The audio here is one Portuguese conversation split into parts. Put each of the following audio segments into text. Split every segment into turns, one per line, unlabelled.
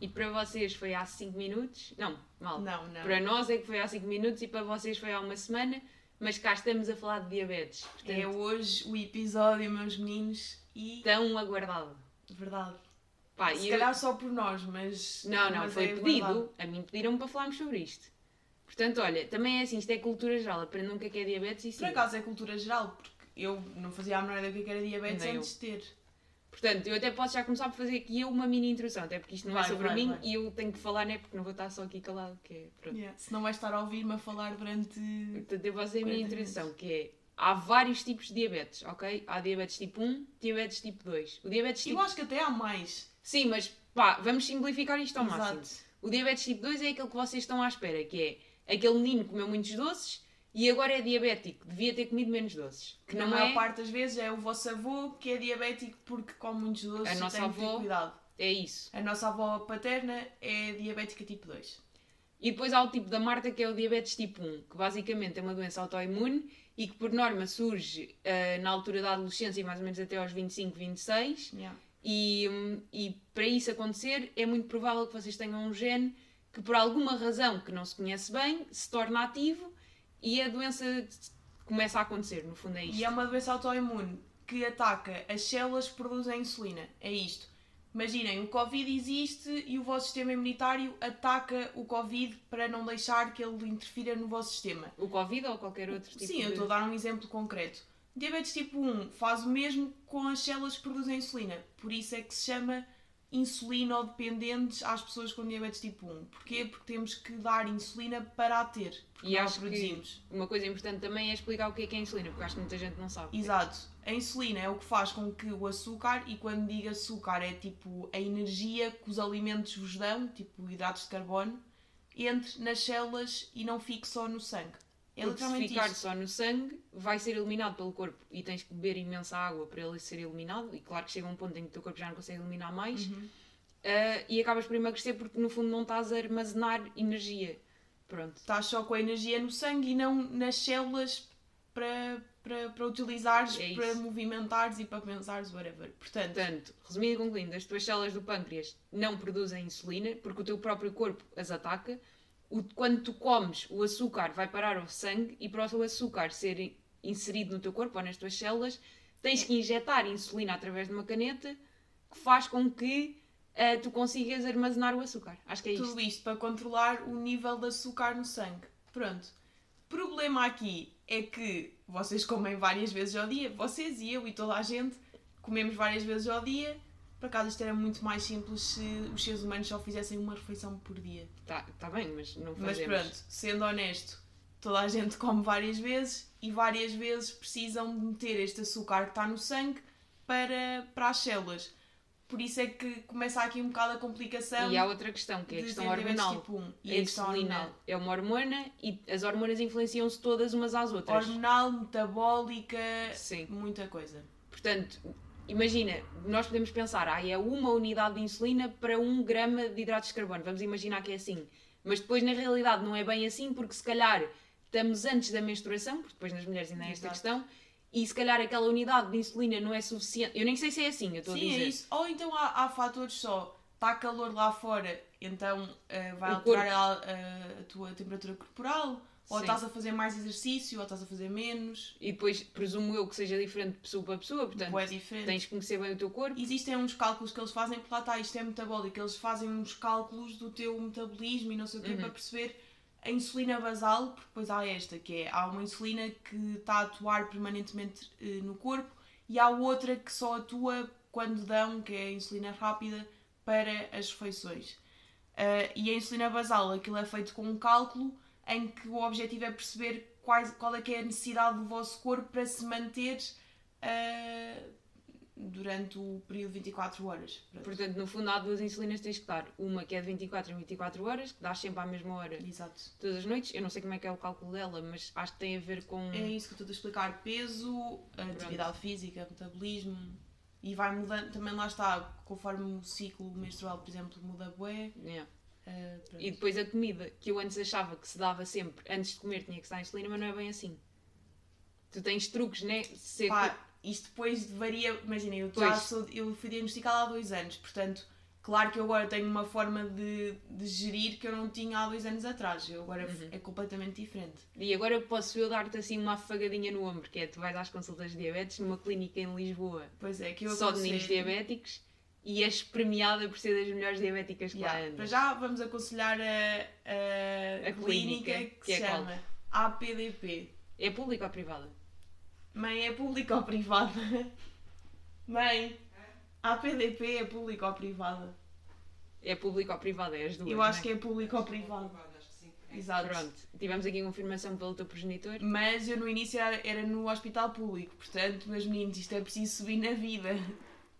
E para vocês foi há 5 minutos. Não, mal.
Não, não.
Para nós é que foi há 5 minutos e para vocês foi há uma semana, mas cá estamos a falar de diabetes. Portanto,
É hoje o episódio, meus meninos, e.
tão aguardado.
Verdade.
Pá,
Se
Ah, e eu-
calhar só por nós, mas.
Não, não,
mas
foi
é
pedido.
verdade.
A mim pediram para falarmos sobre isto. Portanto, olha, também é assim, isto é cultura geral, aprendam o que é que é diabetes e
Por
sim.
acaso é cultura geral, porque eu não fazia a menor ideia do que é que era diabetes
Nem eu.
antes de ter.
Portanto, eu até posso já começar por fazer aqui eu uma mini introdução, até porque isto não é
Vai,
sobre
vai,
mim
vai.
e eu tenho que falar, né? Porque não vou estar só aqui calado, que é pronto.
Yeah. Se não vais estar a ouvir-me a falar durante.
Portanto, eu vou fazer a minha
40
introdução, que é há vários tipos de diabetes, ok? Há diabetes tipo 1, diabetes tipo 2. O diabetes tipo.
Eu acho que até há mais.
Sim, mas pá, vamos simplificar isto ao Então, máximo.
Exato.
O diabetes tipo 2 é aquele que vocês estão à espera, que é aquele menino que comeu muitos doces e agora é diabético, devia ter comido menos doces. Que
Na
não
maior
é,
parte das vezes é o vosso avô que é diabético porque come muitos doces
A
e
nossa
tem que
avó.
ter cuidado.
é isso.
A nossa avó paterna é diabética tipo 2.
E depois há o tipo da Marta, que é o diabetes tipo 1, que basicamente é uma doença autoimune e que por norma surge ah, na altura da adolescência e mais ou menos até aos 25, 26.
Yeah.
E, hum, e para isso acontecer, é muito provável que vocês tenham um gene que, por alguma razão que não se conhece bem, se torna ativo e a doença começa a acontecer. No fundo, é isto.
E é uma doença autoimune que ataca as células que produzem insulina. É isto. Imaginem, o Covid existe e o vosso sistema imunitário ataca o Covid para não deixar que ele interfira no vosso sistema.
O Covid ou qualquer outro tipo
Sim,
de...
eu estou a dar um exemplo concreto. Diabetes tipo 1 faz o mesmo com as células que produzem insulina. Por isso é que se chama insulinodependentes às pessoas com diabetes tipo 1. Porquê? Porque temos que dar insulina para a ter. Porque
E
não a
acho que-
produzimos.
Uma coisa importante também é explicar o que é que é insulina, porque acho que muita gente não sabe.
Exato. A insulina é o que faz com que o açúcar, e quando digo açúcar é tipo a energia que os alimentos vos dão, tipo hidratos de carbono, entre nas células e não fique só no sangue. É
Porque se
literalmente
ficar
isto.
só no sangue, vai ser eliminado pelo corpo e tens que beber imensa água para ele ser eliminado. E claro que chega um ponto em que o teu corpo já não consegue eliminar mais.
Uhum.
Ah, e acabas por emagrecer porque no fundo não estás a armazenar energia. Pronto.
Estás só com a energia no sangue e não nas células para, para, para utilizares,
É isso.
para movimentares e para pensares, whatever. Portanto,
Portanto, resumindo e concluindo, as tuas células do pâncreas não produzem insulina porque o teu próprio corpo as ataca. O- quando tu comes, o açúcar vai parar ao sangue e para o teu açúcar ser in- inserido no teu corpo ou nas tuas células, tens que injetar insulina através de uma caneta que faz com que ah, tu consigas armazenar o açúcar. Acho que é isto.
Tudo isto para controlar o nível de açúcar no sangue. Pronto. Problema aqui é que vocês comem várias vezes ao dia. Vocês e eu e toda a gente comemos várias vezes ao dia. Por acaso isto era muito mais simples se os seres humanos só fizessem uma refeição por dia.
Tá, tá bem, mas não
Mas
fazemos.
pronto, sendo honesto, toda a gente come várias vezes e várias vezes precisam de meter este açúcar que está no sangue para, para as células. Por isso é que começa aqui um bocado a complicação
E há outra questão, que é a
de
questão
ter diabetes
hormonal.
tipo 1
a insulina é uma hormona e as hormonas influenciam-se todas umas às outras.
hormonal, metabólica,
Sim.
muita coisa.
Portanto, imagina, nós podemos pensar, ah, é uma unidade de insulina para um grama de hidratos de carbono. Vamos imaginar que é assim. Mas depois, na realidade, não é bem assim, porque se calhar estamos antes da menstruação, porque depois nas mulheres ainda há esta
Exato.
questão, e se calhar aquela unidade de insulina não é suficiente. Eu nem sei se é assim, eu estou a
Sim,
dizer.
é isso. Ou então há, há fatores só. Está calor lá fora, então eh, vai
O
alterar a, a- a tua temperatura corporal. Ou
Sim.
estás a fazer mais exercício, ou estás a fazer menos.
E depois, presumo eu que seja diferente de pessoa para pessoa, portanto,
ou é diferente.
tens que conhecer bem o teu corpo.
Existem uns cálculos que eles fazem, porque lá está, isto é metabólico. Eles fazem uns cálculos do teu metabolismo e não sei o quê
Uhum.
para perceber a insulina basal, porque depois há esta, que é há uma insulina que está a atuar permanentemente eh, no corpo e há outra que só atua quando dão, que é a insulina rápida, para as refeições. Ah, e a insulina basal, aquilo é feito com um cálculo em que o objetivo é perceber quais, qual é que é a necessidade do vosso corpo para se manter ah, durante o período de 24 horas. Pronto.
Portanto, no fundo, há duas insulinas que tens que dar. Uma que é de 24 em 24 horas, que dás sempre à mesma hora
Exato.
todas as noites. Eu não sei como é que é o cálculo dela, mas acho que tem a ver com.
É isso que eu estou a explicar. Peso, atividade física, metabolismo. E vai mudando, também lá está, conforme o ciclo menstrual, por exemplo, muda bué.
Yeah.
ah, pronto.
E depois a comida, que eu antes achava que se dava sempre, antes de comer tinha que estar insulina, mas não é bem assim. Tu tens truques, né? Ser
Pá, isto depois varia, imaginem, eu, já
Pois.
sou- eu fui diagnosticada há dois anos, portanto, Claro que eu agora tenho uma forma de, de gerir que eu não tinha há dois anos atrás. Eu agora
Uhum.
é completamente diferente.
E agora posso eu dar-te assim uma afagadinha no ombro, que é tu vais às consultas de diabetes numa clínica em Lisboa
Pois é, que eu
só de
aconselho-
meninos diabéticos e és premiada por ser das melhores diabéticas que
Yeah,
lá
Para
andas.
já vamos aconselhar a, a,
A
clínica,
clínica,
que,
que é
se
qual?
chama APDP.
É pública ou privada?
Mãe, é pública ou privada? Mãe, APDP é pública ou privada?
É pública ou privada, é as duas.
Eu acho que é pública ou privada.
Acho que sim.
Exato.
Pronto, tivemos aqui confirmação pelo teu progenitor.
Mas eu no início era, era no hospital público, portanto, meus meninos, isto é preciso subir na vida.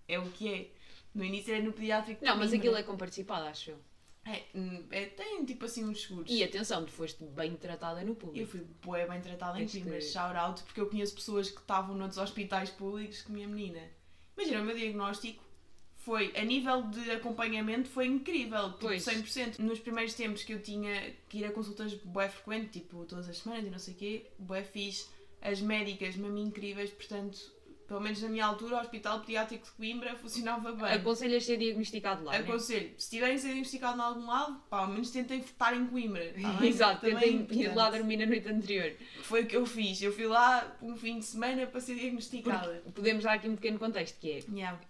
É o que é. No início era no pediátrico.
Não, mas
Coimbra.
aquilo é com participado, acho eu.
É, hum, é, tem tipo assim uns seguros.
E atenção, tu foste bem tratada no
Eu
público.
fui bué bem tratada em
Este-
Coimbra, shout out, porque eu conheço pessoas que estavam noutros hospitais públicos que minha menina. Imagina, o meu diagnóstico foi, a nível de acompanhamento, foi incrível, tipo
Pois.
100%. Nos primeiros tempos que eu tinha que ir a consultas bué frequente, tipo todas as semanas e não sei o quê, bué fixe, as médicas mesmo incríveis, portanto, pelo menos na minha altura, o Hospital Pediátrico de Coimbra funcionava bem.
Aconselhas ser diagnosticado lá, né?
Aconselho, se tiverem sido investigados em algum lado, pá, ao menos tentem estar em Coimbra. tá bem?
Exato, eu
Também é
tenho que ir lá
importante.
dormir na noite anterior.
Foi o que eu fiz. Eu fui lá um fim de semana para ser diagnosticada.
Podemos dar aqui um pequeno contexto, que é,
Yeah.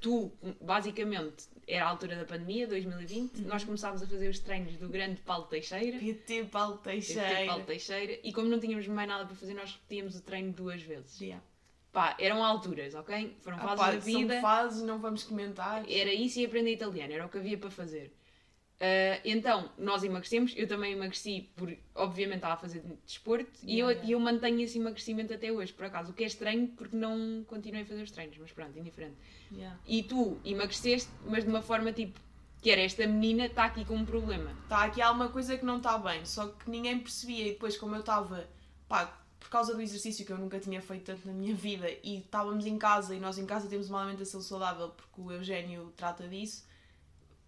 tu, basicamente, era a altura da pandemia, 2020,
Uhum.
nós começámos a fazer os treinos do grande Paulo Teixeira,
PT Paulo
Teve que ter
Teixeira.
Paulo Teixeira, e como não tínhamos mais nada para fazer, nós repetíamos o treino duas vezes.
Yeah.
Pá, eram alturas, ok? Foram
Ah,
fases
pá,
da
São
vida,
fases, não vamos comentar.
era isso e aprender italiano, era o que havia para fazer. Ah, então, nós emagrecemos, eu também emagreci, por, obviamente estava a fazer desporto, e, eu,
Yeah, yeah.
e eu mantenho esse emagrecimento até hoje, por acaso, o que é estranho porque não continuei a fazer os treinos, mas pronto, indiferente.
Yeah.
E tu emagreceste, mas de uma forma tipo, que era esta menina está aqui com um problema.
Tá, aqui há uma coisa que não está bem, só que ninguém percebia. E depois, como eu estava, pá, por causa do exercício que eu nunca tinha feito tanto na minha vida, e estávamos em casa, e nós em casa temos uma alimentação saudável, porque o Eugénio trata disso,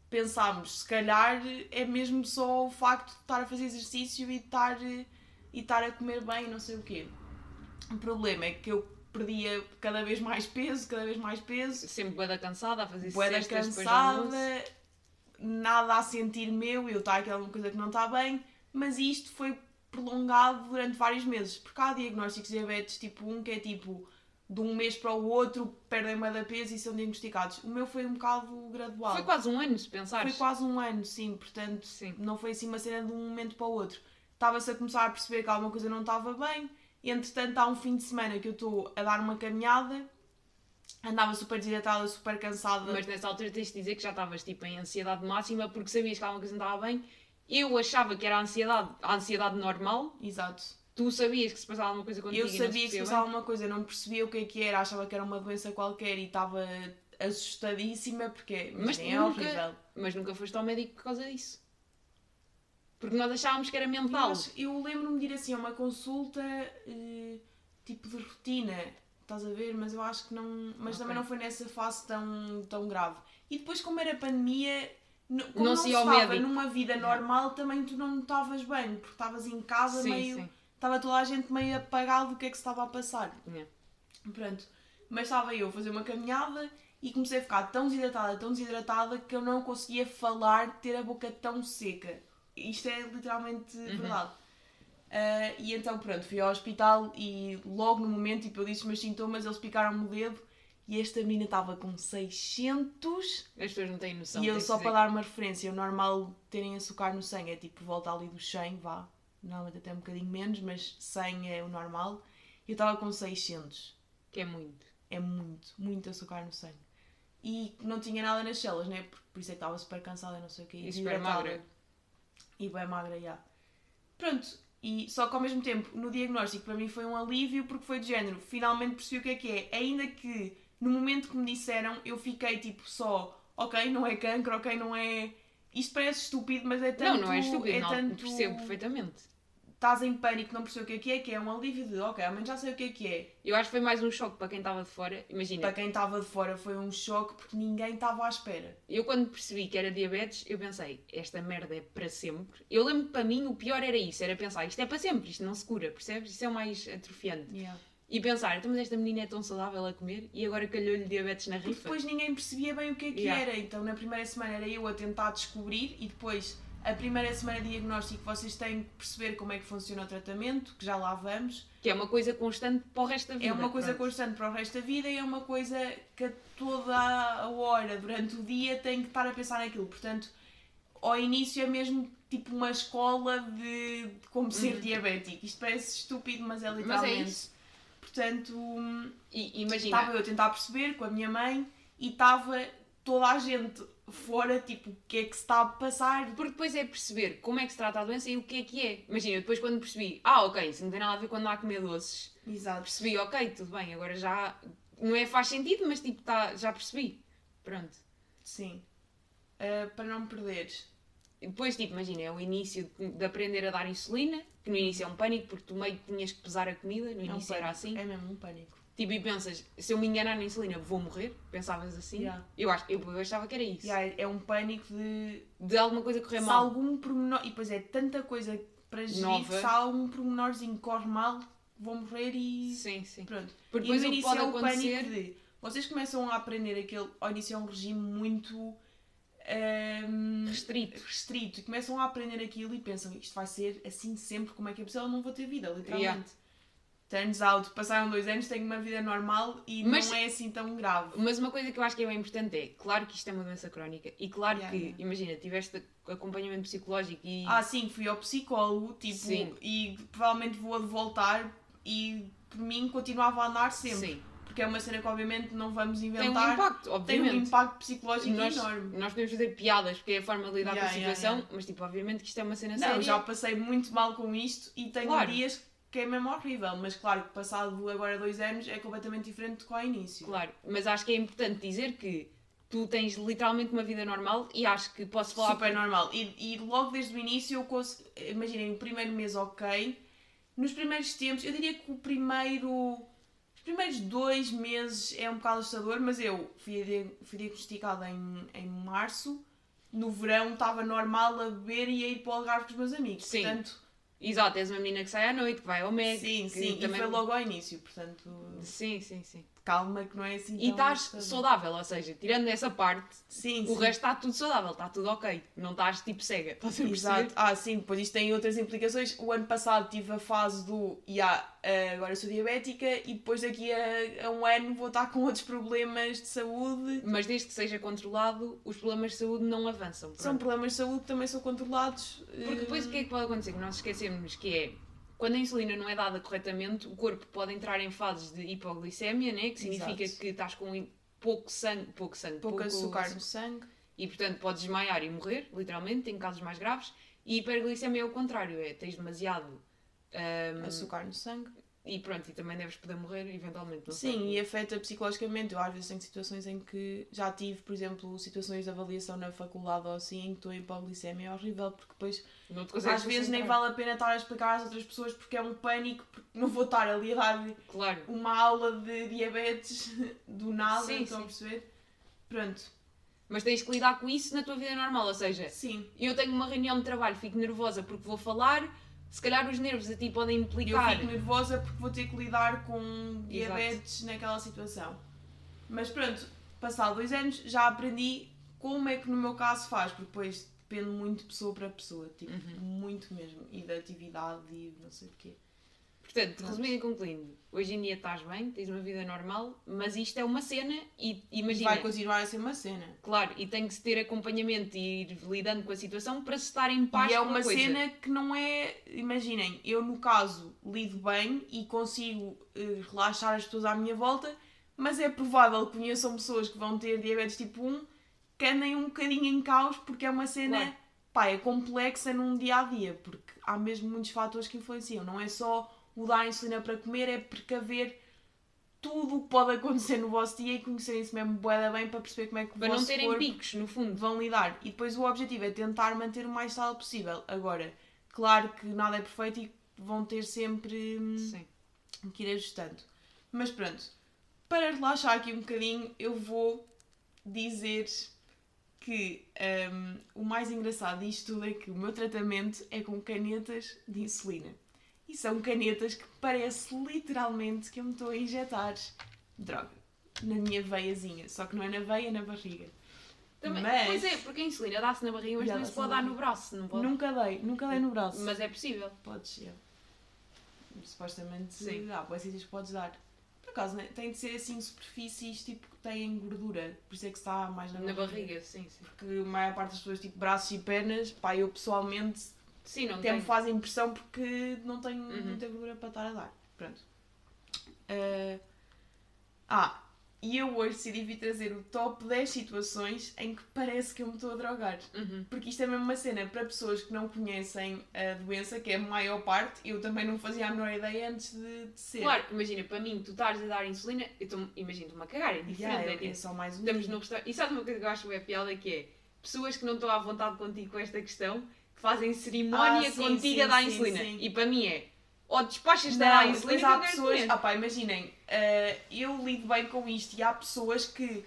pensámos, se calhar é mesmo só o facto de estar a fazer exercício e estar, e estar a comer bem e não sei o quê. O problema é que eu perdia cada vez mais peso, cada vez mais peso,
Sempre boeda cansada, a fazer
Boeda
cestas depois do almoço.
cansada, nada a sentir meu, eu estar aqui alguma coisa que não está bem, mas isto foi prolongado durante vários meses, porque há diagnósticos de diabetes tipo 1 que é tipo de um mês para o outro perdem uma da peso e são diagnosticados. O meu foi um bocado gradual.
Foi quase um ano, se pensares.
Foi quase um ano, sim, portanto
Sim.
não foi assim uma cena de um momento para o outro. Estava-se a começar a perceber que alguma coisa não estava bem, e entretanto há um fim de semana que eu estou a dar uma caminhada, andava super desidratada, super cansada.
Mas nessa altura tens de dizer que já estavas tipo em ansiedade máxima porque sabias que alguma coisa não estava bem. Eu achava que era a ansiedade, a ansiedade normal.
Exato.
Tu sabias que se passava alguma coisa contigo
Eu
e não
sabia que se
percebeu
passava alguma coisa, não percebia o que é que era, achava que era uma doença qualquer e estava assustadíssima porque
Mas
mas
tu
é
nunca-
horrível.
bem. Mas nunca foste ao médico por causa disso. Porque nós achávamos que era
Eu,
mental.
acho- eu lembro-me de ir assim a uma consulta eh, tipo de rotina, estás a ver? Mas eu acho que não. Mas também
Ok.
não foi nessa fase tão, tão grave. E depois, como era pandemia, n- como
Não
não,
se
se
ia ao
estava
médico.
numa vida normal, também tu não estavas bem, porque estavas em casa
Sim,
meio.
sim.
Estava toda a gente meio apagada do que é que se estava a passar.
Yeah.
Pronto. Mas estava eu a fazer uma caminhada e comecei a ficar tão desidratada, tão desidratada, que eu não conseguia falar, ter a boca tão seca. Isto é literalmente verdade. Ah, e então, pronto, fui ao hospital e logo no momento, tipo, eu disse os meus sintomas, eles picaram-me o dedo e esta menina estava com 600
As pessoas não têm noção.
e eu
tens de
só
dizer.
para dar uma referência, o normal terem açúcar no sangue é tipo volta ali do 100, vá. Normalmente até um bocadinho menos, mas 100 é o normal. E eu estava com 600
Que é muito.
é muito, muito açúcar no sangue. E não tinha nada nas células, né? Por, por isso é que estava super cansada, e não sei o quê.
E super
desidratada.
magra.
E bem magra, já. Pronto, e só que ao mesmo tempo, no diagnóstico, para mim foi um alívio, porque foi de género, finalmente percebi o que é que é. Ainda que, no momento que me disseram, eu fiquei tipo só, ok, não é cancro, ok, não é... Isto parece estúpido, mas é tanto...
não, não é estúpido.
é
não,
tanto
Percebo perfeitamente.
Estás em pânico, não percebes o que é que é, que é um alívio de, ok, ao menos já sei o que é que é.
Eu acho que foi mais um choque para quem estava de fora. Imagina,
Para quem estava de fora foi um choque porque ninguém estava à espera.
Eu quando percebi que era diabetes, eu pensei, esta merda é para sempre. Eu lembro que para mim o pior era isso, era pensar, isto é para sempre, isto não se cura, percebes? Isso é o mais atrofiante. E pensar, então, mas esta menina é tão saudável a comer e agora calhou-lhe diabetes na
Porque
rifa.
depois ninguém percebia bem o que é que
Yeah.
era. Então na primeira semana era eu a tentar descobrir e depois a primeira semana de diagnóstico vocês têm que perceber como é que funciona o tratamento, que já lá vamos.
Que é uma coisa constante para o resto da vida.
É uma coisa
Uhum. pronto.
constante para o resto da vida e é uma coisa que a toda a hora, durante o dia, tem que estar a pensar naquilo. Portanto, ao início é mesmo tipo uma escola de, de como ser diabético. Isto parece estúpido, mas é literalmente.
Uhum. isso.
Portanto, hum,
E imagina,
Estava eu a tentar perceber com a minha mãe e estava toda a gente fora, tipo, o que é que se está a passar?
Porque depois é perceber como é que se trata a doença e o que é que é. Imagina, depois quando percebi, ah, ok, isso não tem nada a ver quando há a comer doces.
Exato.
Percebi, ok, tudo bem, agora já. Não é faz sentido, mas tipo, tá, já percebi. Pronto.
Sim. Ah, para não me perderes.
E depois, tipo, imagina, é o início de de aprender a dar insulina, que no início é um pânico, porque tu meio que tinhas que pesar a comida, no
É um
início era
pânico.
assim.
É mesmo um pânico.
Tipo, e pensas, se eu me enganar na insulina, vou morrer. Pensavas assim.
Yeah.
Eu, acho, eu, eu achava que era isso.
Yeah, é um pânico de
De alguma coisa correr
se
mal.
algum pormenor. E depois é tanta coisa para gerir
Nova.
que se há um pormenorzinho que corre mal, vou morrer e.
Sim, sim.
Pronto.
Porque
E
depois
no
o que
início
pode
é o
acontecer.
pânico de. Vocês começam a aprender aquele. Ao início é um regime muito. ahm,
Restrito.
restrito e começam a aprender aquilo e pensam isto vai ser assim sempre, como é que é possível? Eu não vou ter vida, literalmente.
Yeah.
Turns out, passaram dois anos, tenho uma vida normal e
Mas-
não é assim tão grave.
Mas uma coisa que eu acho que é bem importante é, claro que isto é uma doença crónica e claro
Yeah,
que,
yeah.
imagina, tiveste acompanhamento psicológico e
Ah, sim, fui ao psicólogo, tipo,
Sim.
e provavelmente vou voltar e por mim continuava a andar sempre.
sim,
Porque é uma cena que obviamente não vamos
tem um
inventar.
impacto,
Tem um
obviamente.
impacto psicológico
nós,
enorme.
nós podemos fazer piadas porque é a forma de lidar com a
Yeah, yeah,
situação,
yeah.
mas tipo, obviamente que isto é uma cena
Não,
séria.
eu já passei muito mal com isto e tenho
Claro.
dias que é mesmo horrível, mas claro que passado agora dois anos é completamente diferente do que ao início.
Claro, mas acho que é importante dizer que tu tens literalmente uma vida normal e acho que posso falar
Super é normal. E, e logo desde o início eu consegui. Imaginem, o primeiro mês ok. Nos primeiros tempos, eu diria que o primeiro. Os primeiros dois meses é um bocado assustador, mas eu fui, di- fui diagnosticada em, em março. No verão estava normal a beber e a ir para o Algarve com os meus amigos.
Sim.
Portanto,
Exato, és uma menina que sai à noite, que vai ao médico.
sim,
que
sim. E
também-
foi logo ao início. Portanto,
Sim, sim, sim.
calma que não é assim
E
tão
estás
assustador.
saudável, ou seja, tirando essa parte,
Sim,
O
sim.
resto está tudo saudável, está tudo ok. Não estás tipo cega, estás a perceber?
Exato. Ah, sim, depois isto tem outras implicações. O ano passado tive a fase do "Ya, eh, agora sou diabética e depois daqui a, a um ano vou estar com outros problemas de saúde.
Mas desde que seja controlado, os problemas de saúde não avançam. pronto.
São problemas de saúde que também são controlados. eh,
Porque depois o que é que pode acontecer? Que nós esquecemos que é quando a insulina não é dada corretamente, o corpo pode entrar em fases de hipoglicemia, né? que significa
Exato.
que estás com in- pouco sangue, pouco sangue,
pouco açúcar no
aç-
sangue.
E portanto podes desmaiar e morrer, literalmente, em casos mais graves. E hiperglicemia é o contrário, é tens demasiado. ahm,
Açúcar no sangue.
e pronto, e também deves poder morrer eventualmente. Não
Sim,
sei.
e afeta psicologicamente. Eu às vezes tenho situações em que já tive, por exemplo, situações de avaliação na faculdade ou assim, em que estou em hipoglicemia é horrível, porque depois
não te
às
consegues
vezes nem
concentrar.
vale a pena estar a explicar às outras pessoas porque é um pânico, porque não vou estar ali a dar
Claro.
uma aula de diabetes do nada,
Sim,
estão a
sim.
perceber? Pronto,
Mas tens que lidar com isso na tua vida normal, ou seja,
sim.
eu tenho uma reunião de trabalho, fico nervosa porque vou falar, se calhar os nervos a ti podem
Eu
implicar.
fico nervosa porque vou ter que lidar com diabetes naquela situação. Mas pronto, passado dois anos já aprendi como é que no meu caso faz, porque depois depende muito de pessoa para pessoa, tipo,
Uhum.
muito mesmo, e da atividade e não sei o quê.
Portanto, resumindo e concluindo, hoje em dia estás bem, tens uma vida normal, mas isto é uma cena e
Mas
imagina,
vai continuar a ser uma cena.
claro, e tem que se ter acompanhamento e ir lidando com a situação para se estar em paz
e é
com
uma
a coisa.
cena que não é. Imaginem, eu no caso lido bem e consigo eh, relaxar as pessoas à minha volta, mas é provável que conheçam pessoas que vão ter diabetes tipo 1 que andem um bocadinho em caos porque é uma cena.
Claro.
Pá, é complexa num dia a dia, porque há mesmo muitos fatores que influenciam. Não é só o dar insulina para comer, é precaver tudo o que pode acontecer no vosso dia e conhecerem-se mesmo bué da bem para perceber como é que o
Para não
vosso
terem
corpo
picos, no fundo.
vão lidar. E depois o objetivo é tentar manter o mais estável possível. Agora, claro que nada é perfeito e vão ter sempre hum,
Sim.
que ir ajustando. Mas pronto, para relaxar aqui um bocadinho, eu vou dizer que hum, o mais engraçado disto tudo é que o meu tratamento é com canetas de insulina. E são canetas que parece literalmente que eu me estou a injetar droga na minha veiazinha. Só que não é na veia, é na barriga.
Também,
Mas-
Pois é, porque a insulina dá-se na barriga, mas
Já
também se
dá-se
pode
na
dar
barriga.
no braço, não pode?
Nunca dei, nunca dei no braço.
Mas é possível.
Podes, ser. Supostamente
Sim.
há boas sítios que podes dar. Por acaso, né? tem de ser assim superfícies tipo que têm gordura. Por isso é que está mais na,
Na barriga, sim, sim.
Porque a maior parte das pessoas, tipo braços e pernas, pá, eu pessoalmente
Sim, não
até
tem.
me faz impressão porque não tenho
Uhum.
muita gordura para estar a dar. Pronto. Eh, ah, e eu hoje decidi vir trazer o top 10 situações em que parece que eu me estou a drogar.
Uhum.
Porque isto é mesmo uma cena para pessoas que não conhecem a doença, que é a maior parte, eu também não fazia a menor ideia antes de, de ser.
Claro, imagina, para mim, tu estás a dar insulina, eu tô, imagina, estou-me a cagar, é diferente.
Yeah,
é
é,
tipo,
é só mais um.
Estamos
dia.
no restaurante. E sabe uma coisa que eu acho é piada que é pessoas que não estão à vontade contigo com esta questão que fazem cerimónia
Ah, sim,
contigo a
sim,
dar
sim,
insulina.
sim.
E para mim é ou despachas-te a dar
Não, depois
insulina
há
ou
pessoas. Ah, pá, imaginem, eh, eu lido bem com isto e há pessoas que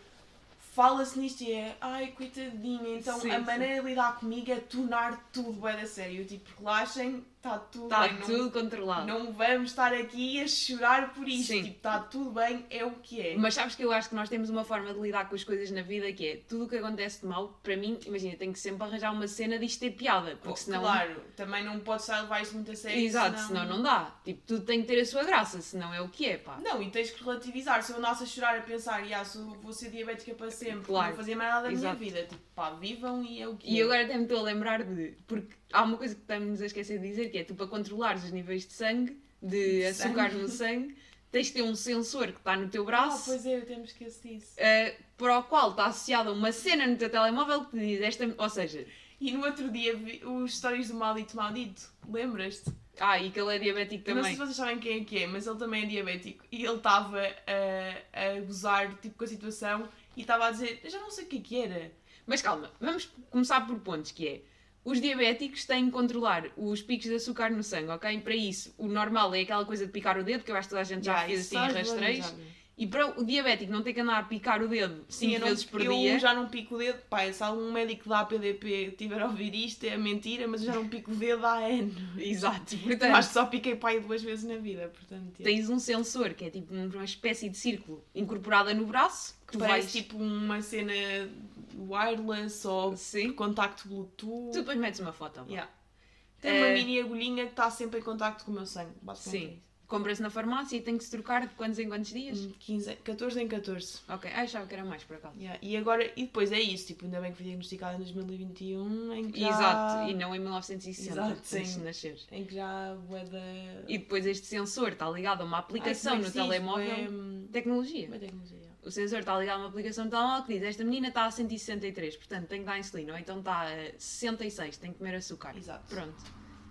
fala-se nisto e é ai, coitadinha, então
Sim,
a
sim.
maneira de lidar comigo é tornar tudo bem da sério. Tipo, relaxem, está tudo
Está
bem. não-
Tá tudo controlado.
Não vamos estar aqui a chorar por isto.
Sim.
Tipo, está tudo bem, é o que é.
Mas sabes que eu acho que nós temos uma forma de lidar com as coisas na vida que é tudo o que acontece de mal, para mim, imagina, tenho que sempre arranjar uma cena disto ter piada, porque
Oh,
senão.
Claro, é também não pode estar a levar isto muito a sério.
Exato, senão não dá. Tipo, tudo tem que ter a sua graça, senão é o que é, pá.
Não, e tens que relativizar. Se eu andasse a chorar a pensar, "Ya, sou- vou ser diabética para sempre,
Claro.
não vou fazer mais nada da minha
Exato.
vida. Tipo, pá, vivam e é o que
E
é.
eu agora até me estou a lembrar de. Porque há uma coisa que estamos a esquecer de dizer que é tu para controlares os níveis de sangue, de
De
açúcar
sangue.
no sangue, tens de ter um sensor que está no teu
Ah,
braço,
pois é, eu temos que esquecer disso.
eh, para o qual está associada uma cena no teu telemóvel que te diz esta. Ou seja,
E no outro dia vi os stories do Maldito Maldito, lembras-te?
ah, e que ele é diabético
Eu não
também.
sei se vocês sabem quem é que é, mas ele também é diabético. E ele estava a, a gozar tipo, com a situação e estava a dizer, eu já não sei o que é que era.
Mas calma, vamos começar por pontos, que é. Os diabéticos têm que controlar os picos de açúcar no sangue, ok? Para isso, o normal é aquela coisa de picar o dedo, que eu acho que toda a gente já,
Ah,
fez
isso
assim em
estás
rastreios.
bem, já.
E para o diabético não ter que andar a picar o dedo
Sim,
5
eu, não,
vezes por
eu
dia.
já não pico o dedo. Pá, se algum médico da APDP tiver a ouvir isto, é mentira, mas eu já não pico o dedo há anos.
Exato,
Eu
portanto,
Acho que só piquei pai duas vezes na vida, portanto. é.
tens um sensor que é tipo uma espécie de círculo incorporada no braço que tu
Parece
vais.
tipo uma cena wireless ou
Sim.
contacto Bluetooth.
Tu depois metes uma foto. vá.
Yeah. Tem uma
Eh,
mini agulhinha que está sempre em contacto com o meu sangue. basicamente é
Sim. Compra-se na farmácia e tem que se trocar de quantos em quantos dias?
isso. Hum, 15, 14 em 14.
Ok, ah, achava que era mais por acaso.
Yeah. E agora, e depois é isso, tipo, ainda bem que fui diagnosticada em 2021, em que já,
Exato, e não em 1960,
Ah. Exato,
antes de
sim.
nascer.
em que já bué da...
E depois este sensor está ligado a uma
é
aplicação no telemóvel. Tecnologia.
Uma tecnologia.
O sensor está ligado a uma aplicação de telemóvel que diz esta menina está a 163, portanto tem que dar insulina, ou então está a 66, tem que comer açúcar.
Exato.
Pronto.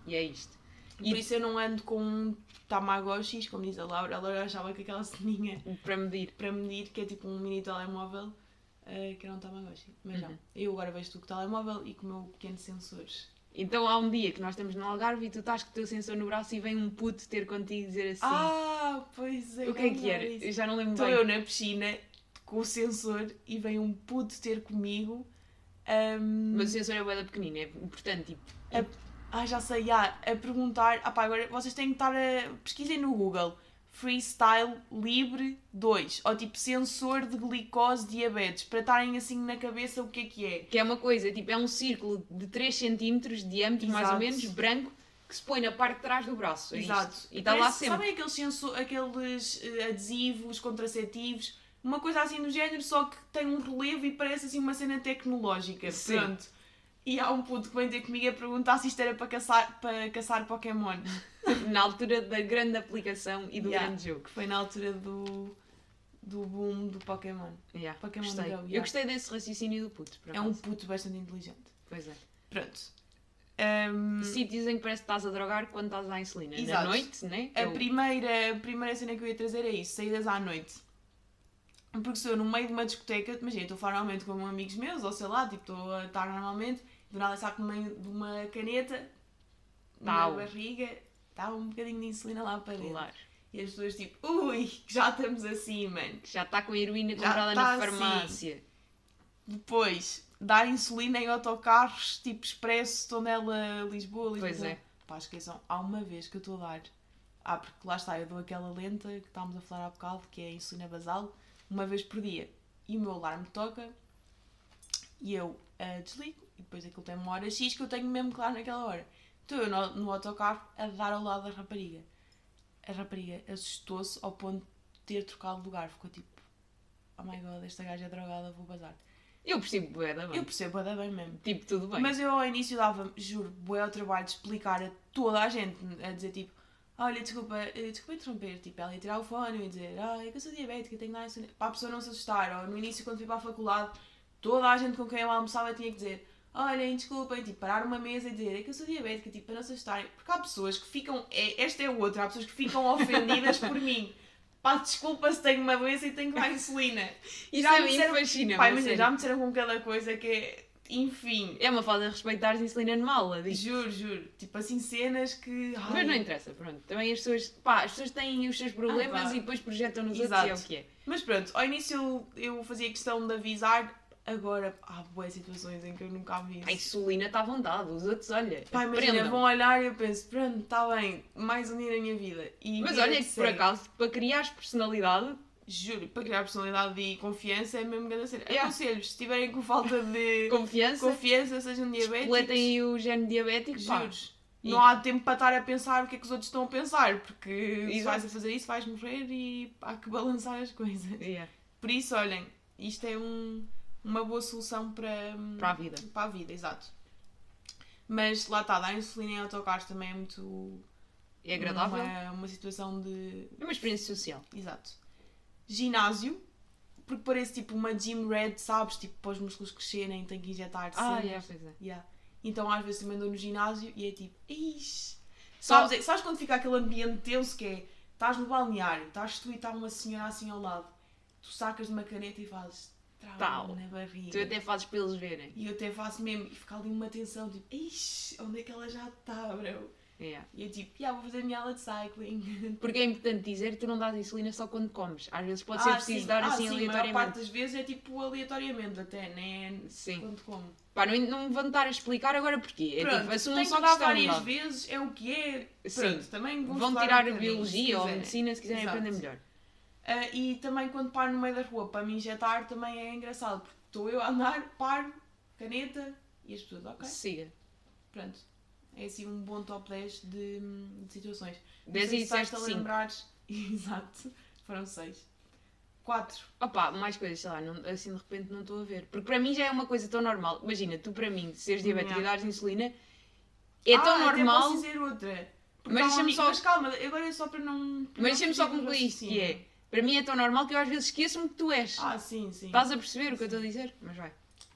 E é isto.
E... Por isso eu não ando com um Tamagotchis, como diz a Laura. A Laura achava que aquela ceninha
Para medir.
para medir, que é tipo um mini telemóvel, eh, que era um Tamagotchi. Mas
Uhum.
não. Eu agora vejo tu com o telemóvel e com o meu pequeno sensor.
Então há um dia que nós estamos no Algarve e tu estás com o teu sensor no braço e vem um puto ter contigo dizer assim.
Ah, pois é.
o que é que
olha
era?
isso.
Eu já não lembro
Estou
bem.
eu na piscina com o sensor e vem um puto ter comigo. ahm,
Mas o sensor é boeda pequenina, é portanto tipo.
Ah, já sei, já, a perguntar. Ah, pá, agora vocês têm que estar a. Pesquisem no Google. Freestyle Libre 2. Ou tipo sensor de glicose diabetes. Para estarem assim na cabeça o que é que é.
Que é uma coisa, tipo, é um círculo de 3 cm de diâmetro, mais ou
Exato.
menos, branco, que se põe na parte de trás do braço. é
Exato.
isto. E está lá
Parece-
sempre.
Sabem aqueles, senso, aqueles eh, adesivos, contraceptivos? Uma coisa assim do género, só que tem um relevo e parece assim uma cena tecnológica.
Sim.
Pronto. E há um puto que vem ter comigo a perguntar se isto era para caçar, para caçar Pokémon.
Na altura da grande aplicação e do
Yeah.
grande jogo.
Que foi na altura do, do boom do Pokémon.
Yeah,
Pokémon
gostei.
Go,
Eu
yeah.
gostei desse raciocínio do puto, por
É um
acaso.
puto bastante inteligente.
Pois é.
Pronto. Ahm,
Sítios em que parece que estás a drogar quando estás à insulina. Na
Hum. Exato. É
noite, né?
a,
Eu-
primeira, a primeira cena que eu ia trazer é isso: saídas à noite. Porque se eu no meio de uma discoteca, imagina, estou a falar normalmente com amigos meus, ou sei lá, tipo, estou a estar normalmente, do nada saco no meio de uma caneta, na
Tau.
barriga, está um bocadinho de insulina lá para dentro.
Claro.
E as pessoas tipo, ui, que já estamos assim, mano.
Já está com a heroína
Já
comprada
tá
na
assim.
farmácia.
Depois, dar insulina em autocarros, tipo expresso, Tondela, Lisboa, Lisboa.
Pois é.
Pá, esqueçam, há uma vez que eu estou a dar Ah, porque lá está, eu dou aquela lenta que estávamos a falar há bocado, que é a insulina basal, uma vez por dia. E o meu alarme toca e eu ah, desligo, e depois aquilo tem uma hora X que eu tenho mesmo claro naquela hora. Estou eu no, no autocarro a dar ao lado da rapariga. A rapariga assustou-se ao ponto de ter trocado de lugar, ficou tipo: Oh my god, esta gaja é drogada, vou bazar.
Eu percebo bué da bem.
Eu percebo, é bem mesmo.
Tipo, tudo bem.
Mas eu ao início dava, juro, bué ao trabalho de explicar a toda a gente, a dizer tipo, olha, desculpa, eh, desculpa interromper, tipo, ela ia tirar o fone e dizer, ah, é que eu sou diabética, tenho lá insulina, para a pessoa não se assustar, ou no início quando fui para a faculdade, toda a gente com quem eu almoçava tinha que dizer, olhem, desculpem, tipo, parar uma mesa e dizer, é que eu sou diabética, tipo, para não se assustarem, porque há pessoas que ficam, é, esta é outra, há pessoas que ficam ofendidas por mim. Pá, desculpa se tenho uma doença e tenho que dar insulina.
Isso
já
a
me
mim
disseram-
fascina.
Pá, imagina, já me disseram com cada coisa que é. Enfim.
É uma falta de respeitar a insulina normal, eu digo.
Juro, juro. Tipo assim, cenas que. ai,
Mas não interessa, pronto. Também as pessoas, pá, as pessoas têm os seus problemas
Ah, claro.
e depois projetam nos outros
Exato.
e é o que é.
Mas pronto, ao início eu, eu fazia questão de avisar, agora há boas situações em que eu nunca
A
aviso.
insulina está à vontade, os outros, olha,
Pá, imagina,
aprendam.
vão olhar e eu penso, pronto, está bem, mais um dia na minha vida. E
Mas
vida
olha
que
que por
segue.
acaso, para criares personalidade,
Juro, para criar personalidade e confiança é mesmo grande a cena.
Yeah.
Aconselho-vos, se tiverem com falta de
confiança,
confiança, sejam diabéticos.
coletem o gene diabético, pá.
Juros.
E-
Não há tempo para estar a pensar o que é que os outros estão a pensar, porque se
Exato.
vais a fazer isso vais morrer e há que balançar as coisas.
Yeah,
Por isso, olhem, isto é um- uma boa solução para,
Para a vida.
para a vida, exato. Mas lá está, dar insulina em autocarros também é muito.
É agradável.
Uma, uma situação de.
É uma experiência social.
Exato. Ginásio, porque parece tipo uma gym red, sabes? Tipo, para os músculos crescerem, tem que injetar
Ah,
cenas.
yeah, pois é.
Yeah. Então às vezes também andou no ginásio e é tipo, ixi.
Só-
Sabes, sabes quando fica aquele ambiente tenso que é, estás no balneário, estás tu e está uma senhora assim ao lado, tu sacas de uma caneta e fazes
Tal.
tal na barriga.
Tu até fazes para eles verem.
E eu até faço mesmo, e fica ali uma tensão, tipo, ixi, onde é que ela já está, bro?
Yeah.
E eu tipo, yeah, vou fazer a minha aula de cycling.
Porque é importante dizer que tu não dás insulina só quando comes. Às vezes pode ser
Ah,
preciso
sim.
dar
Ah,
assim
sim, A maior parte
aleatoriamente.
das vezes é tipo aleatoriamente até, né?
Sim.
Quando como.
Pá, não, não me vou estar a explicar agora porquê. É
Pronto,
tipo, assumam
tem que
só que
dar
estão
várias
lá.
vezes, é o que é.
Sim.
Pronto, também vão
Vão
estudar
tirar
um
a
bocadinho, se
biologia ou a
quiserem.
medicina se quiserem
Exato.
aprender melhor.
Ah, e também quando paro no meio da rua para me injetar também é engraçado, porque estou eu a andar, paro, caneta e as pessoas, ok,
Siga.
pronto. É assim um bom top 10 de, de situações. Não
10
sei
e
se estás-te a
5.
lembrares. Exato, foram 6. 4.
Opa, mais coisas, sei lá, não- assim de repente não estou a ver. Porque para mim já é uma coisa tão normal. Imagina, tu para mim, seres diabética e
Yeah. Ah,
dares insulina, é tão normal.
Posso dizer outra. Porque
Mas
há um
deixa-me
amigo-
só-
mas calma, agora é só para não. para não
Mas deixa-me só
fugir do
concluir isto, que é,
raciocínio.
para mim é tão normal que eu às vezes esqueço-me que tu és.
Ah, sim, sim.
Estás a perceber o que eu estou a dizer? Mas vai.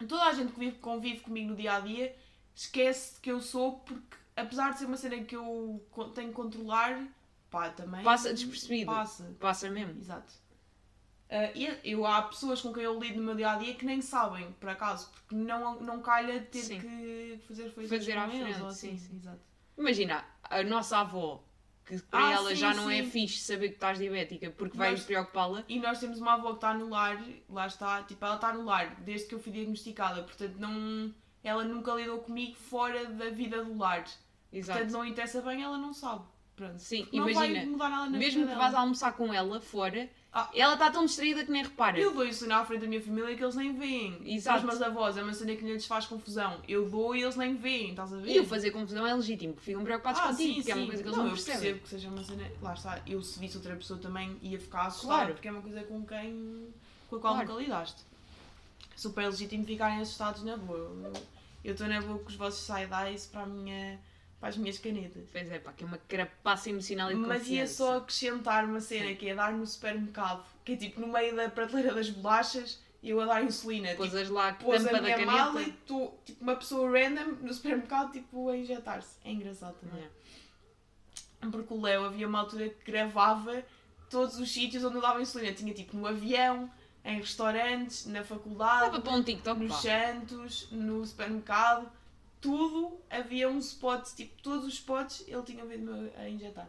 toda a gente que vive- convive comigo no dia a dia esquece que eu sou, porque apesar de ser uma cena que eu co- tenho que controlar, pá, também.
Passa despercebido.
Passa,
Passa mesmo.
exato. Ah, e eu, há pessoas com quem eu lido no meu dia a dia que nem sabem, por acaso, porque não, não calha ter
Sim.
que fazer coisas
Fazer
com
à
eles,
frente,
ou
sim,
assim,
sim.
exato.
Imagina, a nossa avó, que para
Ah,
ela
sim,
já não é
sim.
fixe saber que estás diabética porque vai
Nós-
preocupá-la.
E nós temos uma avó que está no lar, lá está, tipo, ela está no lar desde que eu fui diagnosticada, portanto, não, ela nunca lidou comigo fora da vida do lar.
Exato.
Portanto, não interessa bem, ela não sabe. Pronto.
Sim,
Porque Não vai
imagina,
mudar nada na
mesmo
vida
que
dela.
vás almoçar com ela fora,
Ah.
ela está tão distraída que nem repara.
Eu dou isso na frente da minha família que eles nem veem.
Exato.
Os meus avós, é uma cena que lhes faz confusão. Eu dou e eles nem veem, estás a ver?
E o fazer confusão é legítimo, porque ficam preocupados
ah,
contigo,
sim,
porque é uma
sim.
coisa que eles
não,
não,
eu
percebem.
percebo que seja uma cena. Lá está, eu se visse outra pessoa também ia ficar assustada,
Claro.
porque é uma coisa com quem. com a qual
Claro.
nunca lidaste. Super legítimo ficarem assustados na boa. Eu- Eu estou na boa com os vossos side-eyes para, a minha- para as minhas canetas.
Pois é, pá, que é uma carapaça emocional e de
Mas ia
confiança.
só acrescentar uma cena
Sim.
que é dar no supermercado, que é tipo no meio da prateleira das bolachas e eu a dar insulina.
Pôs
Tipo,
as lá,
pôs
tampa
a
da
minha
caneta.
mala e tu, tipo, uma pessoa random no supermercado, tipo, a injetar-se. É engraçado também.
Yeah.
Porque o Léo havia uma altura que gravava todos os sítios onde eu dava insulina. Tinha tipo no avião, em restaurantes, na faculdade,
Dava para um TikTok,
nos
pá.
Santos, no supermercado, tudo havia um spot, tipo, todos os spots ele tinha vindo a injetar.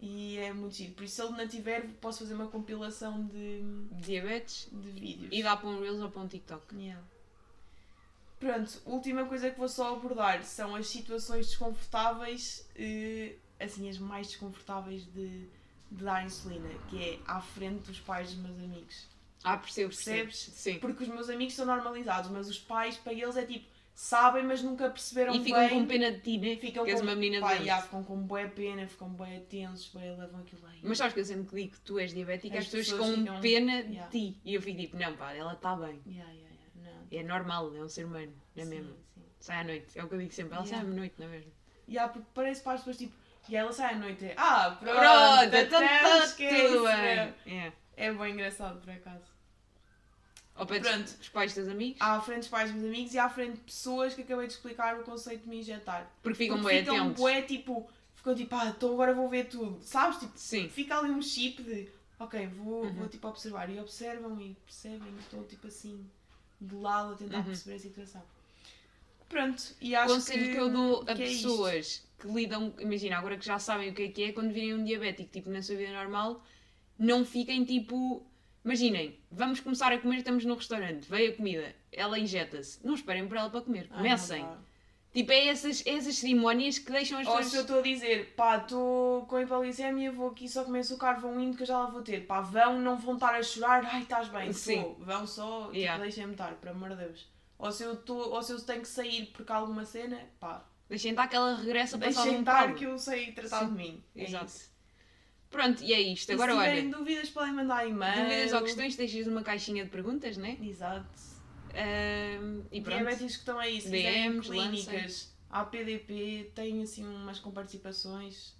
E é muito giro. Por isso, se ele não tiver, posso fazer uma compilação de,
Diabetes.
de vídeos.
E dá para um Reels ou para um TikTok.
Yeah. Pronto, última coisa que vou só abordar são as situações desconfortáveis eh, assim as mais desconfortáveis de, de dar insulina, que é à frente dos pais dos meus amigos.
Ah, percebo, percebo.
Percebes?
Sim.
Porque os meus amigos são normalizados, mas os pais, para eles, é tipo, sabem, mas nunca perceberam
E ficam
bem.
com pena de ti, né?
ficam
que és
com-
uma menina
pá,
doente.
já, ficam com boa pena, ficam bem tensos, bem levam aquilo aí.
Mas sabes que eu sempre que digo que tu és diabética,
As
as, pessoas
pessoas
ficam
ficam-
com pena
Yeah.
de ti. E eu fico tipo, não pá, ela está bem.
Yeah, yeah, yeah. Não. tipo,
É normal, é um ser humano, não é
sim,
mesmo?
sim.
Sai à noite, é o que eu digo sempre, ela
Yeah.
sai à noite, não é mesmo?
Yeah, porque parece para as pessoas tipo. E ela sai à noite. é, Ah, pronto,
então
então
tá
esquece.
tudo
É.
bem. Yeah.
é bem engraçado, por acaso.
Ao pé
Pronto.
dos, dos pais dos amigos,
Há à frente dos pais dos meus amigos e há à frente de pessoas que acabei de explicar o conceito de me injetar.
porque ficam
Porque
bem atentos.
bué, tipo, ficam tipo, ah, então agora vou ver tudo. Sabes? Tipo,
Sim.
fica ali um chip de, ok, vou,
Uhum.
vou tipo observar. E observam e percebem, e estou tipo assim, de lado a tentar
Uhum.
perceber a situação. Pronto, e acho
Conselho que, eu dou a
que é isto.
pessoas que lidam, imagina, agora que já sabem o que é que é, quando virem um diabético, tipo, na sua vida normal, não fiquem tipo. Imaginem, vamos começar a comer, estamos no restaurante, veio a comida, ela injeta-se. Não esperem por ela para comer,
Ah,
comecem.
não dá.
tipo, é essas, é essas cerimónias que deixam as
Ou se eu
pessoas.
estou a dizer, pá, estou com hipolicemia, vou aqui só comer açúcar, vão indo que eu já lá vou ter. Pá, vão, não vão estar a chorar, ai, estás bem.
Sim.
Sim. Vão só, tipo,
Yeah.
deixem-me estar, por amor de Deus. Ou se, eu tô, ou se eu tenho que sair porque há alguma cena, pá,
Deixem estar que ela regressa para
deixem
algum
estar
tal.
que eu sei tratar
Sim.
de mim. É
Exato.
isso.
Pronto, e é isto.
E
Agora
se
olha,
tiverem Hum. dúvidas, podem mandar e-mail.
dúvidas ou questões, deixas uma caixinha de perguntas, né?
Exato.
Ahm, e pronto.
Diabetes que estão aí, se quiserem
DMs,
clínicas, a PDP tem assim umas comparticipações,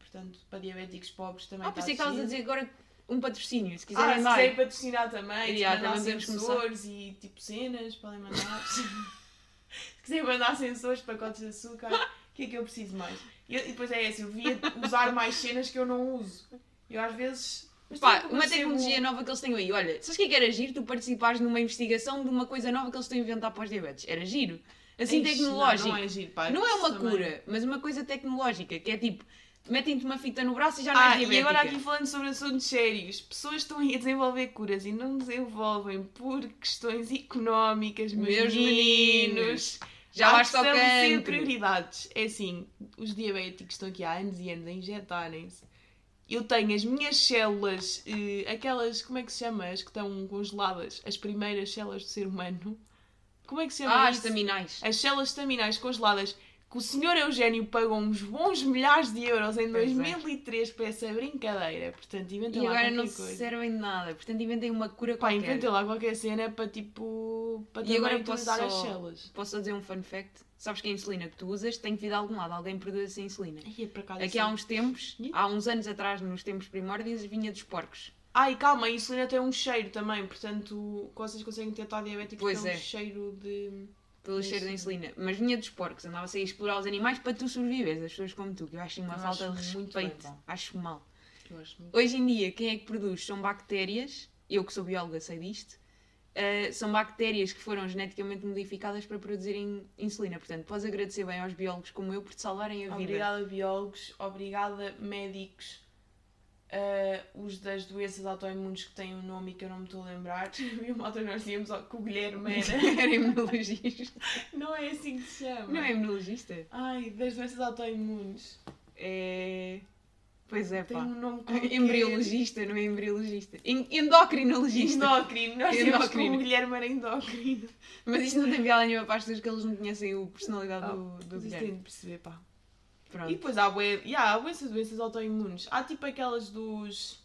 portanto, para diabéticos pobres também
Ah,
está
pensei que estavas a
chill.
dizer agora um patrocínio, se
é Ah,
quiserem
se
dar.
quiserem patrocinar também,
Yeah,
tipo, mandar
também podemos
sensores e tipo cenas, podem mandar. se quiserem mandar sensores, pacotes de açúcar, o que é que eu preciso mais? E, eu- e depois é assim, eu devia usar mais cenas que eu não uso. Eu às vezes. mas
Pá,
também como
uma
eu percebo- um
tecnologia nova que eles têm aí. Olha, sabes o que é que era giro? Tu participares numa investigação de uma coisa nova que eles estão a inventar para os diabetes. Era giro. Assim,
Ixi,
tecnológico.
Não,
Não,
não é, giro, pá,
é
isso
uma
também.
cura, mas uma coisa tecnológica, que é tipo, metem-te uma fita no braço e já não é
Ah,
és
e
diabética.
agora aqui falando sobre assuntos sérios, pessoas estão aí a desenvolver curas e não desenvolvem por questões económicas, meus,
Meus
meninos.
meninos. Já
Há
basta ao
que estabelecer
cancro.
prioridades. É assim, os diabéticos estão aqui há anos e anos a injetarem-se. Eu tenho as minhas células, eh, aquelas, como é que se chama? As que estão congeladas, as primeiras células do ser humano. Como é que se chama
Ah,
isso? É
estaminais.
As células estaminais congeladas que o senhor Eugénio pagou uns bons milhares de euros em
Pois é.
2003 para essa brincadeira. Portanto, inventem
E
lá
agora
qualquer
não
é coisa.
servem de nada. Portanto, inventem uma cura
Pá,
qualquer.
inventem lá qualquer cena para tipo. para
E agora
também
eu posso
utilizar as
só-
células.
Posso só dizer um fun fact? Sabes que a insulina que tu usas tem que vir de algum lado. Alguém produz essa insulina.
Ai, é por acaso
Aqui
assim.
há uns tempos,
Ih.
há uns anos atrás, nos tempos primórdios, vinha dos porcos.
Ai, calma, a insulina tem um cheiro também, portanto, vocês conseguem tentar diabéticos
Pois
pelo
é.
um cheiro de.
Pelo
Isso.
cheiro da insulina. Mas vinha dos porcos. Andava-se a explorar os animais para tu sobreviveres. As pessoas como tu, que eu acho uma
Eu
falta
acho
de
muito bem,
respeito.
pá.
acho mal.
Eu acho muito.
Hoje em dia, quem é que produz? São bactérias. Eu que sou bióloga sei disto. Uh, são bactérias que foram geneticamente modificadas para produzirem insulina. Portanto, podes agradecer bem aos biólogos como eu por te salvarem a vida.
Obrigada, biólogos, obrigada, médicos, ah, os das doenças autoimunes que têm um nome e que eu não me estou a lembrar. Havia uma altura que nós tínhamos que o Guilherme era.
Era imunologista.
não é assim que se chama.
Não é imunologista?
Ai, das doenças autoimunes.
É. Pois é,
Tem
pá.
um nome qualquer.
Embriologista, não é embriologista. En- Endocrinologista.
Endócrino, nós tínhamos que
Endócrino.
o Guilherme era endócrino.
Mas isto não tem piada nenhuma para as pessoas que eles não conhecem o personalidade
Oh,
do, do
Vocês
Guilherme.
têm de perceber, pá. E
Pronto.
depois há, bué, yeah, há bué essas doenças autoimunes. Há tipo aquelas dos.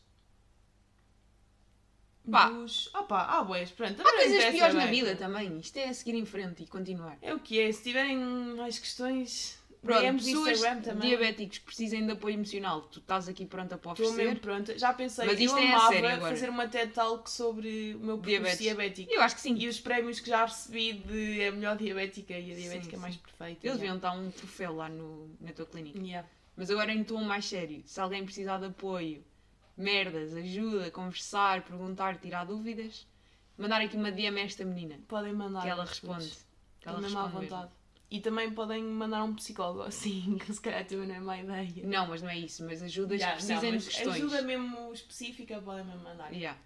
Pá.
Dos. Ah pá, há boas, pronto.
Há
também não
coisas
interessa
piores na
bem.
vida também. Isto é a seguir em frente e continuar.
É o que é, se tiverem mais questões,
Pronto,
DMs no
pessoas
Instagram também.
diabéticos que precisem de apoio emocional, tu estás aqui pronta para
Estou mesmo
oferecer.
pronta. Já pensei,
Mas
eu
isto é a
amava
sério agora.
fazer uma TED Talk sobre o meu percurso
Diabetes.
diabético.
Eu acho que sim.
E os prémios que já recebi de é a melhor diabética e a diabética é
sim.
mais perfeita.
Eles
yeah.
deviam dar um troféu lá no, na tua clínica.
Yeah.
Mas agora em tom mais sério, se alguém precisar de apoio, merdas, ajuda, conversar, perguntar, tirar dúvidas, mandar aqui uma DM a esta menina,
Podem mandar.
que ela
as
responde.
pessoas.
Que ela
Estão mesmo à
responde mesmo.
vontade. E também podem mandar um psicólogo assim, que se calhar também não é má ideia.
Não, mas não é isso, mas ajudas
Yeah,
que precisem
não, mas
de questões.
Ajuda mesmo específica, podem-me mandar.
Yeah.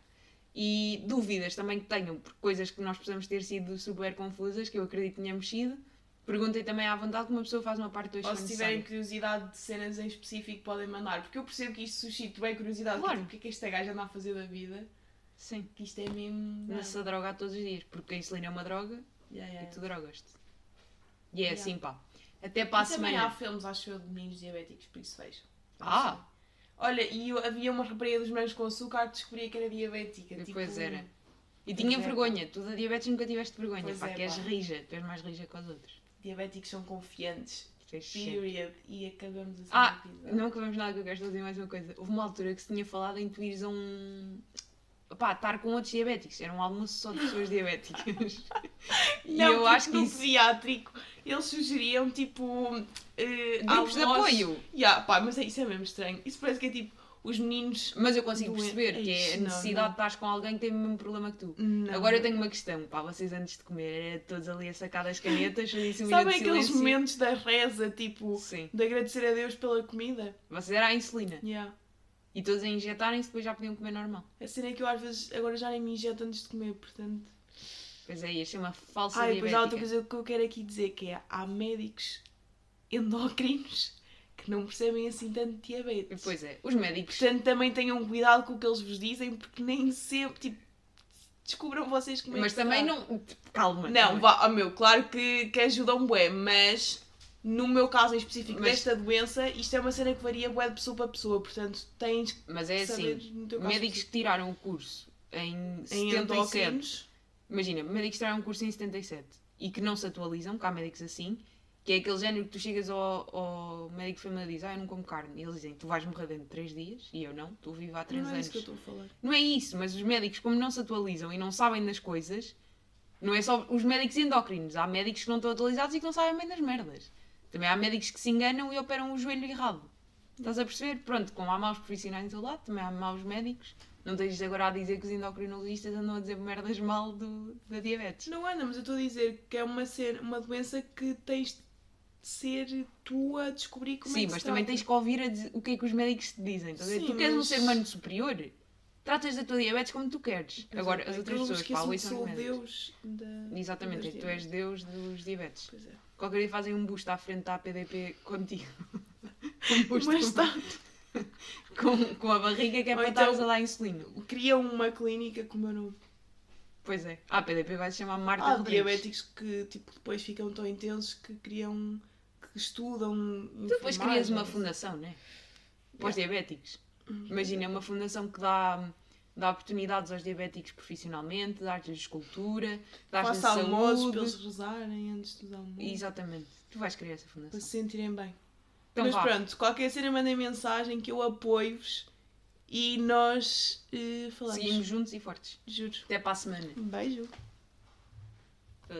E dúvidas também que tenham, por coisas que nós possamos ter sido super confusas, que eu acredito que tenhamos sido. Por Perguntem também à vontade que uma pessoa faz uma parte 2
Ou se tiverem curiosidade de cenas em específico, podem mandar. Porque eu percebo que isto suscita bem curiosidade.
Claro.
Tipo, o que é que esta gaja anda a fazer da vida?
Sim.
Que isto é mesmo.
Não se drogar todos os dias, porque a insulina é uma droga
Yeah, yeah.
e tu drogas-te. E é
Yeah.
assim, pá. Até para a
E também há
semana.
filmes, acho eu, de meninos diabéticos, por isso vejo.
Ah!
Olha, e eu- havia uma rapariga dos meus com açúcar que descobria que era diabética.
E
Tipo,
pois era. E tinha
Pois é.
vergonha. Tu da diabetes nunca tiveste vergonha.
Pois
pá,
é,
que és
pá.
rija. Tu és mais rija que os outros.
Diabéticos são confiantes.
Tu és cheia.
Period. E acabamos assim.
Ah,
o episódio.
Não acabamos nada que eu quero dizer mais uma coisa. Houve uma altura que se tinha falado em tu ires a um... Pá, estar com outros diabéticos. Era um almoço só de pessoas diabéticas. e
Não, tipo,
eu acho que
no
isso...
pediátrico eles sugeriam tipo. eh,
Grupos de
almoços-
apoio.
Yeah, pá, mas é- isso é mesmo estranho. Isso parece que é tipo os meninos.
Mas eu consigo
Doente.
perceber que é a
Ixi, não,
necessidade
não.
de estar com alguém que tem o mesmo problema que tu.
Não.
Agora eu tenho uma questão, pá, vocês antes de comer, era todos ali a sacar das canetas, eu disse um minuto de
Sabem aqueles
silêncio.
momentos da reza, tipo,
Sim,
de agradecer a Deus pela comida?
vocês era a insulina.
Yeah.
E todos a injetarem-se, depois já podiam comer normal.
A cena é que eu às vezes agora já nem me injeto antes de comer, portanto.
Pois é, isto é uma falsa
Ah, e depois há
diabética.
outra coisa que eu quero aqui dizer que é há médicos endócrinos que não percebem assim tanto de diabetes.
Pois é, os médicos.
Portanto, também tenham cuidado com o que eles vos dizem, porque nem sempre, tipo, descubram vocês como é
Mas
que
também
está.
não. tipo, Calma.
Não,
calma.
vá, ó meu, claro que, que ajudam bué, mas no meu caso em específico
Mas-
desta doença, isto é uma cena que varia bué de pessoa para pessoa, portanto tens que
Mas é
saber,
assim,
no teu caso
médicos que tiraram o curso em
em
77.
endócrinos.
Imagina, médicos que tiraram o curso em 77 e que não se atualizam, que há médicos assim, que é aquele género que tu chegas ao, ao médico de família e dizes, ah, eu não como carne. E eles dizem, tu vais morrer dentro de 3 dias e eu não, tu vivo há 3
Não é
anos.
isso que eu estou a falar.
Não é isso, mas os médicos, como não se atualizam e não sabem das coisas, não é só os médicos endócrinos. Há médicos que não estão atualizados e que não sabem bem das merdas. Também há médicos que se enganam e operam o joelho errado. Estás a perceber? Pronto, como há maus profissionais do teu lado, também há maus médicos. Não tens agora a dizer que os endocrinologistas andam a dizer merdas mal do, da diabetes.
Não anda, mas eu estou a dizer que é uma, cena, uma doença que tens de ser tu a descobrir como é
Sim,
que
mas
se
também
trata.
tens que ouvir a dizer- o que é que os médicos te dizem. estás a ver?
Sim,
tu queres um
mas-
ser humano superior, tratas da tua diabetes como tu queres.
Pois é,
agora,
pá,
as
que
outras
eu
pessoas,
esqueço-me
pá,
que
ouçam
sou
os
o
médicos.
Deus da...
um Exatamente, é
dos
tu és
diabetes.
Deus dos diabetes.
Pois é.
Qualquer dia fazem um busto à frente da APDP contigo. Um busto
Mas está...
com, com a barriga que é
Ou
para
então-
estares a dar insulina.
Cria uma clínica com o meu nome.
Pois é. A APDP vai se chamar Marta
Há
Rodrigues.
Ah, diabéticos que tipo, depois ficam tão intensos que criam, que estudam.
Tu depois crias uma
enfermagem. Uhum.
fundação, né? Para os diabéticos. Imagina, é uma fundação que dá, dá oportunidades aos diabéticos profissionalmente, dá-lhes escultura, dá-lhes
Faça almoços
saúde.
para eles rezarem antes dos almoços.
Exatamente. Tu vais criar essa
Para
fundação.
se sentirem bem.
Então
Mas
vá.
pronto, qualquer cena mandem mensagem que eu apoio-vos e nós eh, falamos.
Seguimos juntos e fortes.
Juro.
Até para a semana.
Um beijo.